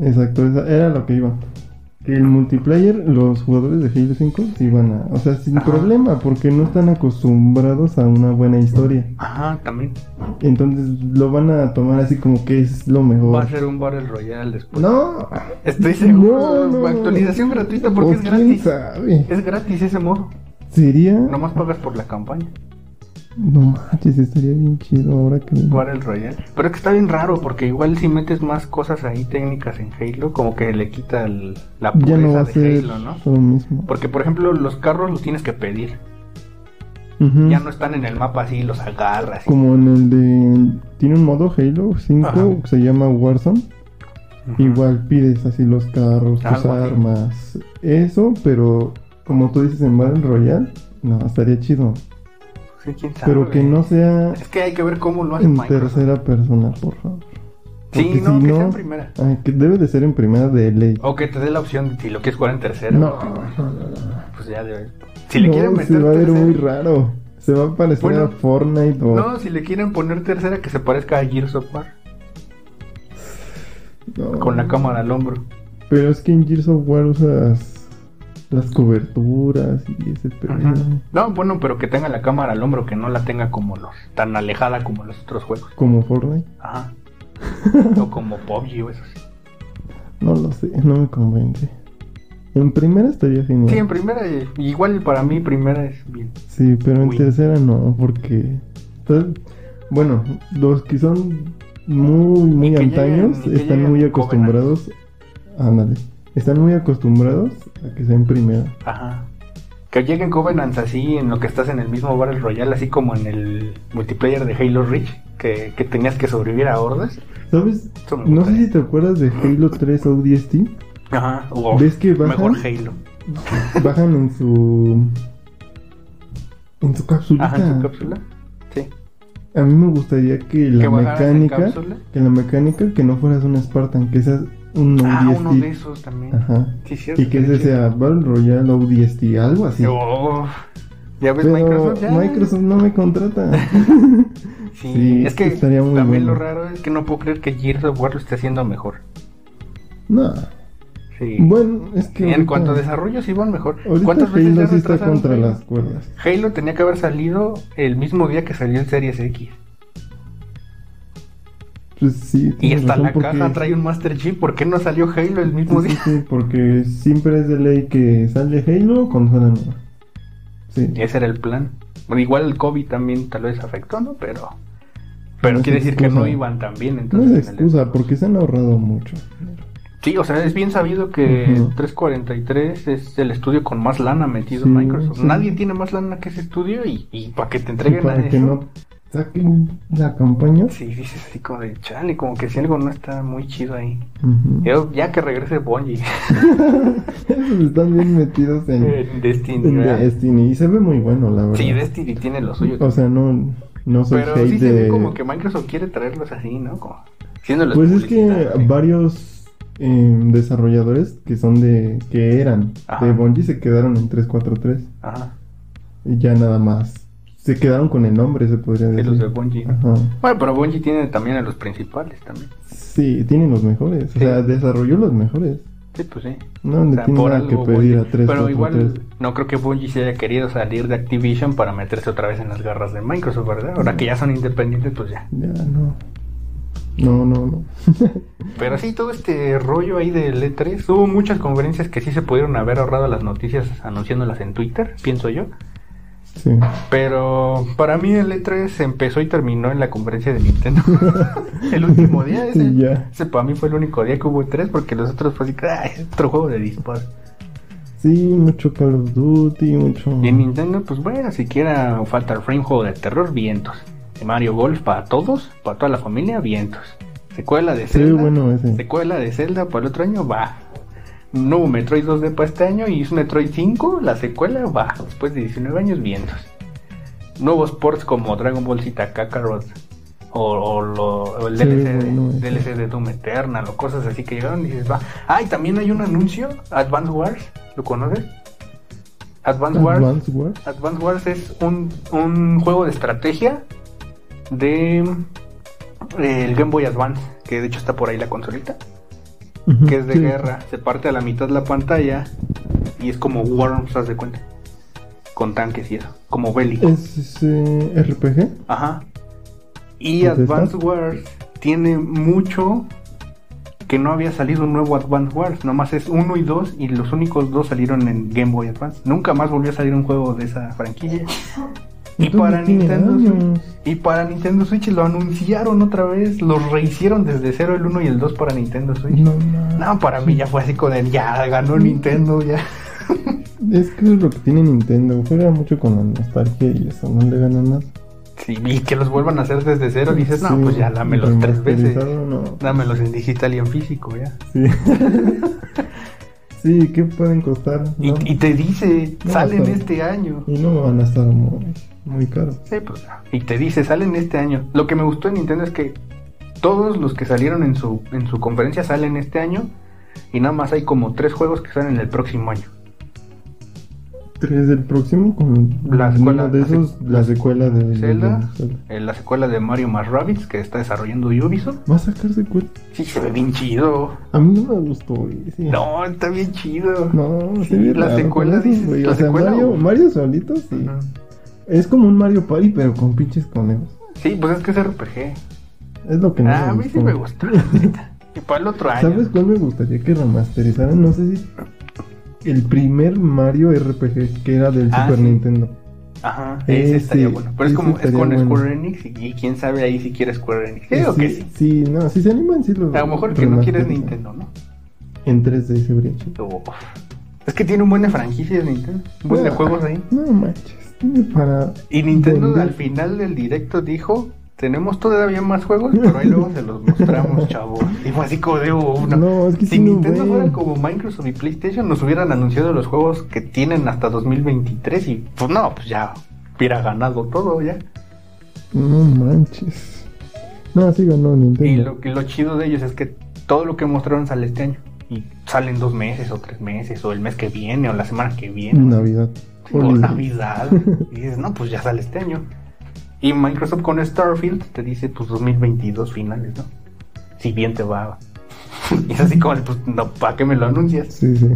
Speaker 4: exacto, esa era lo que iba. Que El multiplayer, los jugadores de Halo 5 sí van a. O sea, sin
Speaker 3: Ajá.
Speaker 4: problema, porque no están acostumbrados a una buena historia.
Speaker 3: Ajá, también.
Speaker 4: Entonces lo van a tomar así como que es lo mejor.
Speaker 3: Va a ser un Battle Royale después.
Speaker 4: No,
Speaker 3: Estoy seguro.
Speaker 4: No, no, no.
Speaker 3: Actualización gratuita
Speaker 4: o
Speaker 3: porque es
Speaker 4: quién
Speaker 3: gratis.
Speaker 4: sabe.
Speaker 3: Es gratis ese modo.
Speaker 4: Sería.
Speaker 3: Nomás pagas por la campaña.
Speaker 4: No manches, estaría bien chido ahora que.
Speaker 3: Battle Royale. Pero es que está bien raro porque igual si metes más cosas ahí técnicas en Halo, como que le quita el- la
Speaker 4: Ya
Speaker 3: pureza
Speaker 4: no va a
Speaker 3: de
Speaker 4: ser
Speaker 3: Halo, ¿no?
Speaker 4: lo mismo.
Speaker 3: Porque por ejemplo los carros los tienes que pedir.
Speaker 4: Ujú.
Speaker 3: Ya no están en el mapa así, los agarras. y-
Speaker 4: Mm. Como en el de. Tiene un modo Halo 5
Speaker 3: Ajá.
Speaker 4: que se llama Warzone.
Speaker 3: Ujú.
Speaker 4: Igual pides así los carros, tus
Speaker 3: Algo así.
Speaker 4: armas. Eso, pero como tú dices en Battle Royale, no, estaría chido.
Speaker 3: Sí, quién sabe.
Speaker 4: Pero que no sea
Speaker 3: Es que hay que ver cómo lo hace
Speaker 4: en
Speaker 3: Microsoft.
Speaker 4: tercera persona, por favor.
Speaker 3: Sí,
Speaker 4: Porque
Speaker 3: no,
Speaker 4: si
Speaker 3: que sea en primera. Oh,
Speaker 4: Ay, que debe de ser en primera de ley.
Speaker 3: O que te dé la opción de si lo quieres jugar en tercera.
Speaker 4: No, no, no, no.
Speaker 3: Pues ya de Si le
Speaker 4: No,
Speaker 3: quieren meter
Speaker 4: se va a ver
Speaker 3: tercera-
Speaker 4: muy raro. Se va a parecer
Speaker 3: Bueno,
Speaker 4: a Fortnite o.
Speaker 3: No, si le quieren poner tercera que se parezca a Gears of War
Speaker 4: no.
Speaker 3: con la cámara al hombro.
Speaker 4: Pero es que en Gears of War usas las coberturas y ese pedo.
Speaker 3: No, bueno, pero que tenga la cámara al hombro, que no la tenga como los tan alejada como los otros juegos.
Speaker 4: Como Fortnite.
Speaker 3: Ajá. o como PUBG o esos.
Speaker 4: No lo sé, no me convence. En primera estaría genial.
Speaker 3: Sí, en primera eh, igual para mí primera es bien.
Speaker 4: Sí, pero en
Speaker 3: Uy.
Speaker 4: tercera no, porque. tal- Bueno, los que son muy, muy
Speaker 3: que
Speaker 4: antaños
Speaker 3: lleguen- y que
Speaker 4: están
Speaker 3: lleguen
Speaker 4: muy acostumbrados. Ándale. Están muy acostumbrados a que sea en primera.
Speaker 3: Ajá. Que lleguen Covenant así en lo que estás en el mismo Battle Royale, así como en el multiplayer de Halo Reach, que, que tenías que sobrevivir a hordas.
Speaker 4: ¿Sabes?
Speaker 3: Eso me
Speaker 4: No
Speaker 3: gusta.
Speaker 4: sé si te acuerdas de Halo 3 ODST.
Speaker 3: Ajá. o
Speaker 4: ¿Ves que bajan?
Speaker 3: mejor Halo.
Speaker 4: Bajan en su. En su cápsula.
Speaker 3: Ajá, en su cápsula. Sí.
Speaker 4: A mí me gustaría que la
Speaker 3: ¿Que bajaras en
Speaker 4: mecánica.
Speaker 3: cápsula?
Speaker 4: Que la mecánica, que no fueras un Spartan, que seas un ODST.
Speaker 3: Ah, uno de esos también.
Speaker 4: Ajá.
Speaker 3: Sí, cierto.
Speaker 4: Y que ese sea Battle Royale o DST, algo así.
Speaker 3: Oh, ya ves,
Speaker 4: Pero
Speaker 3: Microsoft. ya.
Speaker 4: Microsoft no me contrata.
Speaker 3: Sí,
Speaker 4: sí,
Speaker 3: es que
Speaker 4: estaría muy
Speaker 3: también
Speaker 4: bueno.
Speaker 3: lo raro es que no puedo creer que Gears of War lo esté haciendo mejor.
Speaker 4: no.
Speaker 3: Sí.
Speaker 4: Bueno, es que.
Speaker 3: en
Speaker 4: ahorita-
Speaker 3: cuanto a desarrollo, sí van mejor.
Speaker 4: Ahorita
Speaker 3: ¿Cuántas veces ya
Speaker 4: Halo sí está
Speaker 3: retrasaron
Speaker 4: contra
Speaker 3: Halo?
Speaker 4: las cuerdas.
Speaker 3: Halo tenía que haber salido el mismo día que salió el Series X.
Speaker 4: Pues sí,
Speaker 3: Y
Speaker 4: tienes
Speaker 3: hasta
Speaker 4: razón,
Speaker 3: la caja
Speaker 4: porque-
Speaker 3: trae un Master Chief. ¿Por qué no salió Halo el mismo
Speaker 4: Sí, sí,
Speaker 3: día?
Speaker 4: sí, porque siempre es de ley que sale Halo con zona nueva. Sí.
Speaker 3: Ese era el plan. Bueno, igual el COVID también tal vez afectó, ¿no? Pero. Pero
Speaker 4: No es
Speaker 3: quiere decir que
Speaker 4: excusa.
Speaker 3: no iban tan bien.
Speaker 4: No
Speaker 3: Entonces,
Speaker 4: es
Speaker 3: en el
Speaker 4: excusa, porque se han ahorrado mucho.
Speaker 3: Sí, o sea, es bien sabido que
Speaker 4: Ujú.
Speaker 3: 343 es el estudio con más lana metido en
Speaker 4: Sí,
Speaker 3: Microsoft.
Speaker 4: sí.
Speaker 3: Nadie tiene más lana que ese estudio y, y para que te
Speaker 4: Y
Speaker 3: entreguen a
Speaker 4: para que
Speaker 3: eso.
Speaker 4: no saquen la campaña.
Speaker 3: Sí, dices así como de chale, como que si algo no está muy chido ahí.
Speaker 4: Ujú.
Speaker 3: Yo, ya que regrese Bungie
Speaker 4: Esos están bien metidos en,
Speaker 3: en Destiny.
Speaker 4: en
Speaker 3: ¿verdad?
Speaker 4: Destiny. Y se ve muy bueno, la verdad.
Speaker 3: Sí, Destiny tiene lo suyo.
Speaker 4: O sea, no, no soy
Speaker 3: pero
Speaker 4: hate
Speaker 3: sí se
Speaker 4: de.
Speaker 3: ve como que Microsoft quiere traerlos así, ¿no? Como haciéndoles
Speaker 4: Pues es que
Speaker 3: publicidad, ¿sí?
Speaker 4: varios eh, desarrolladores que son de. que eran
Speaker 3: Ajá.
Speaker 4: de Bungie se quedaron en 343.
Speaker 3: Ajá,
Speaker 4: Y ya nada más. Se quedaron con el nombre, se podría
Speaker 3: sí,
Speaker 4: decir.
Speaker 3: los de Bungie.
Speaker 4: Ajá.
Speaker 3: Bueno, pero Bungie tiene también a los principales también.
Speaker 4: Sí, tienen los mejores.
Speaker 3: Sí.
Speaker 4: O sea, desarrolló los mejores.
Speaker 3: Sí, pues sí.
Speaker 4: No
Speaker 3: O
Speaker 4: le
Speaker 3: sea,
Speaker 4: tiene
Speaker 3: por
Speaker 4: nada
Speaker 3: algo
Speaker 4: que pedir
Speaker 3: Bungie.
Speaker 4: a 343.
Speaker 3: Pero igual no creo que Bungie se haya querido salir de Activision para meterse otra vez en las garras de Microsoft, ¿verdad? Ahora que ya son independientes, pues ya.
Speaker 4: Ya, no. No, no, no.
Speaker 3: Pero sí, todo este rollo ahí del E3, hubo muchas conferencias que sí se pudieron haber ahorrado las noticias anunciándolas en Twitter, pienso yo.
Speaker 4: sí.
Speaker 3: Pero para mí el E3 se empezó y terminó en la conferencia de Nintendo. el último día, ese,
Speaker 4: Sí, ya.
Speaker 3: ese para mí fue el único día que hubo E3 porque los otros fue así, "Ah, es otro juego de disparo.
Speaker 4: Sí, mucho Call of Duty, mucho.
Speaker 3: Y en Nintendo, pues bueno, siquiera Fatal Frame, juego de terror, vientos. Mario Golf para todos, para toda la familia, vientos. Secuela de
Speaker 4: Se ve
Speaker 3: Zelda.
Speaker 4: bueno ese.
Speaker 3: Secuela de Zelda para el otro año, va. No, hubo Metroid 2D para este año y es Metroid 5, la secuela, va. Después de 19 años, vientos. Nuevos ports como Dragon Ball Z Kakarot o, o lo- o el
Speaker 4: Sí,
Speaker 3: DLC, de,
Speaker 4: bueno, eso.
Speaker 3: DLC de Doom Eternal o cosas así que llegaron y dices, va. Ah, y también hay un anuncio, Advance Wars, ¿lo conoces? Advance Wars.
Speaker 4: Advance Wars.
Speaker 3: Advance Wars es un, un juego de estrategia de eh, el Game Boy Advance, que de hecho está por ahí la consolita,
Speaker 4: Ujú,
Speaker 3: que es de
Speaker 4: sí.
Speaker 3: guerra, se parte a la mitad la pantalla y es como Worms, haz de cuenta, con tanques y eso, como bélico.
Speaker 4: Es eh, RPG.
Speaker 3: Ajá. Y
Speaker 4: Pues está.
Speaker 3: Advance Wars tiene mucho que no había salido un nuevo Advance Wars. Nomás es uno y dos y los únicos dos salieron en Game Boy Advance. Nunca más volvió a salir un juego de esa franquicia. Y
Speaker 4: Entonces
Speaker 3: para,
Speaker 4: tiene
Speaker 3: Nintendo
Speaker 4: años.
Speaker 3: Switch, y para Nintendo Switch lo anunciaron otra vez. Los rehicieron desde cero el uno y el dos para Nintendo Switch.
Speaker 4: No, no.
Speaker 3: No, para mí ya fue así con el ya ganó Nintendo ya.
Speaker 4: Es que es lo que tiene Nintendo. Juega mucho con la nostalgia y eso. No le gana nada.
Speaker 3: Sí, y que los vuelvan a hacer desde cero. Dices, no,
Speaker 4: Sí,
Speaker 3: pues ya dámelos tres veces.
Speaker 4: remasterizado, no.
Speaker 3: Dámelos en digital y en físico, ya.
Speaker 4: Sí. sí, ¿qué pueden costar?
Speaker 3: Y,
Speaker 4: No.
Speaker 3: y te dice,
Speaker 4: No,
Speaker 3: salen
Speaker 4: pero-
Speaker 3: este año.
Speaker 4: Y no van a estar muy, muy caros.
Speaker 3: Sí, pues, y te dice, salen este año. Lo que me gustó de Nintendo es que todos los que salieron en su, en su conferencia salen este año. Y nada más hay como tres juegos que salen el próximo año.
Speaker 4: Tres del próximo con
Speaker 3: La secuela-
Speaker 4: uno de
Speaker 3: la se-
Speaker 4: esos, la secuela de
Speaker 3: Zelda,
Speaker 4: de Zelda.
Speaker 3: eh, la secuela de Mario más Rabbids que está desarrollando Ubisoft.
Speaker 4: Va a sacar secuela.
Speaker 3: Sí, se ve bien chido.
Speaker 4: A mí no me gustó. ese.
Speaker 3: No, está bien chido.
Speaker 4: No,
Speaker 3: Sí, la
Speaker 4: raro
Speaker 3: secuela,
Speaker 4: con esos,
Speaker 3: dices,
Speaker 4: güey.
Speaker 3: la
Speaker 4: o sea,
Speaker 3: secuela,
Speaker 4: Mario,
Speaker 3: güey.
Speaker 4: Mario solito, sí.
Speaker 3: Ajá.
Speaker 4: Es como un Mario Party, pero con pinches conejos.
Speaker 3: Sí, pues es que es RPG.
Speaker 4: Es lo que no
Speaker 3: Ah, a mí sí me gustó. la neta. y para el otro año.
Speaker 4: ¿Sabes cuál me gustaría que remasterizaran? No sé si. El primer Mario RPG que era del
Speaker 3: Ah,
Speaker 4: Super
Speaker 3: sí.
Speaker 4: Nintendo.
Speaker 3: Ajá, ese
Speaker 4: Ese,
Speaker 3: estaría bueno. Pero es
Speaker 4: ese
Speaker 3: como es
Speaker 4: estaría
Speaker 3: con
Speaker 4: bueno. Eh,
Speaker 3: Square Enix y, y quién sabe ahí si quiere Square Enix. Sí, o que sí.
Speaker 4: sí, no, si se animan, sí lo.
Speaker 3: A lo mejor el que no quiere es
Speaker 4: remasterizan.
Speaker 3: Nintendo, ¿no?
Speaker 4: En 3D se vería chido.
Speaker 3: Uf. Es que tiene un buen de franquicias Nintendo, un buen de
Speaker 4: No,
Speaker 3: juegos ahí.
Speaker 4: Ah, No manches, tiene para.
Speaker 3: Y Nintendo
Speaker 4: vender.
Speaker 3: al final del directo dijo, tenemos todavía más juegos, pero ahí luego se los mostramos, chavos. Y fue así como de uno.
Speaker 4: No, es que
Speaker 3: si
Speaker 4: sí, no,
Speaker 3: Nintendo
Speaker 4: güey.
Speaker 3: fuera como Microsoft y PlayStation, nos hubieran anunciado los juegos que tienen hasta 2023 y pues no, pues ya hubiera ganado todo ya.
Speaker 4: No manches. No, sí ganó
Speaker 3: Y
Speaker 4: Nintendo.
Speaker 3: lo, y lo chido de ellos es que todo lo que mostraron sale este año. Y salen dos meses o tres meses, o el mes que viene, o la semana que viene.
Speaker 4: Navidad.
Speaker 3: O
Speaker 4: Olvidé.
Speaker 3: Navidad. Y dices, no, pues ya sale este año. Y Microsoft con Starfield te dice, pues 2022 finales, ¿no? Si bien te va. Y es así como, pues, no, ¿para qué me lo anuncias?
Speaker 4: Sí, sí.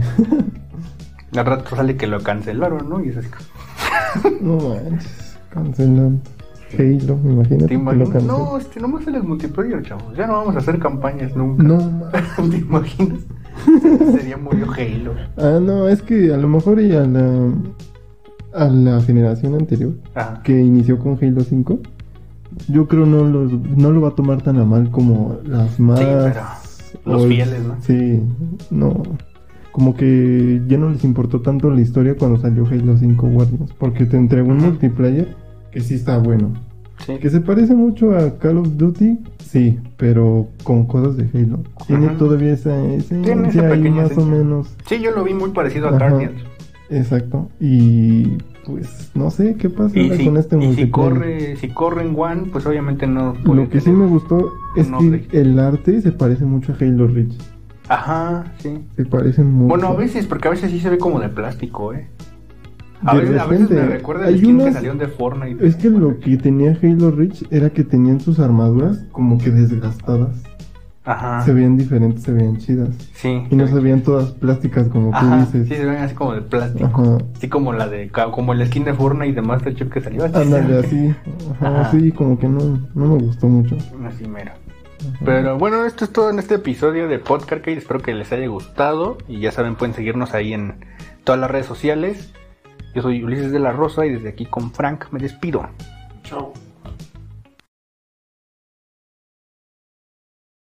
Speaker 3: Al rato sale que lo cancelaron, ¿no? Y es así como,
Speaker 4: No manches, cancelando. Halo, imagínate.
Speaker 3: ¿te
Speaker 4: que lo
Speaker 3: imaginas?
Speaker 4: cancelan.
Speaker 3: No, este, nomás sale el multiplayer, chavos. Ya no vamos a hacer campañas nunca.
Speaker 4: No manches.
Speaker 3: ¿Te imaginas? Sería muy Halo.
Speaker 4: Ah, no, es que a lo mejor y a la, a la generación anterior,
Speaker 3: Ajá.
Speaker 4: que inició con Halo 5, yo creo no, los, no lo va a tomar tan a mal como las más...
Speaker 3: pero los
Speaker 4: old-
Speaker 3: fieles, ¿no?
Speaker 4: Sí, no. Como que ya no les importó tanto la historia cuando salió Halo 5 Guardians, porque te entregó un
Speaker 3: Ujú.
Speaker 4: multiplayer que sí está bueno.
Speaker 3: Sí.
Speaker 4: Que se parece mucho a Call of Duty, sí, pero con cosas de Halo. Tiene
Speaker 3: Ujú.
Speaker 4: todavía esa esencia
Speaker 3: Tiene esa
Speaker 4: ahí
Speaker 3: pequeña
Speaker 4: más o
Speaker 3: esencia.
Speaker 4: menos.
Speaker 3: Sí, yo lo vi muy parecido a
Speaker 4: Ajá.
Speaker 3: Guardians.
Speaker 4: Exacto. Y pues no sé qué pasa
Speaker 3: Y
Speaker 4: ahora
Speaker 3: si,
Speaker 4: con este
Speaker 3: y si
Speaker 4: multiplayer.
Speaker 3: corre, si corre en One, pues obviamente no puede
Speaker 4: Lo que sí
Speaker 3: tener-
Speaker 4: me gustó es
Speaker 3: un
Speaker 4: que
Speaker 3: upgrade.
Speaker 4: el arte se parece mucho a Halo Reach.
Speaker 3: Ajá, sí.
Speaker 4: Se parece mucho.
Speaker 3: Bueno, a veces, porque a veces sí se ve como de plástico, eh. A,
Speaker 4: De
Speaker 3: veces, a veces me
Speaker 4: repente,
Speaker 3: recuerda
Speaker 4: hay
Speaker 3: el skin que
Speaker 4: unas-
Speaker 3: salieron de Fortnite.
Speaker 4: Es que lo que tenía Halo Reach era que tenían sus armaduras como que desgastadas.
Speaker 3: Ajá.
Speaker 4: Se veían diferentes, se veían chidas.
Speaker 3: Sí.
Speaker 4: Y no se veían todas plásticas como
Speaker 3: Ajá,
Speaker 4: tú
Speaker 3: sí
Speaker 4: dices.
Speaker 3: se ven así como de plástico.
Speaker 4: Ajá.
Speaker 3: Así como la de ca- como el skin de Fortnite y de Masterchef que salió. Así se
Speaker 4: Ándale
Speaker 3: ve.
Speaker 4: así. Ajá,
Speaker 3: Ajá.
Speaker 4: sí, como que no, no me gustó mucho.
Speaker 3: Así mero. Pero bueno, esto es todo en este episodio de Podcast Cake. Espero que les haya gustado. Y ya saben, pueden seguirnos ahí en todas las redes sociales. Yo soy Ulises de la Rosa y desde aquí con Frank me despido.
Speaker 4: Chao.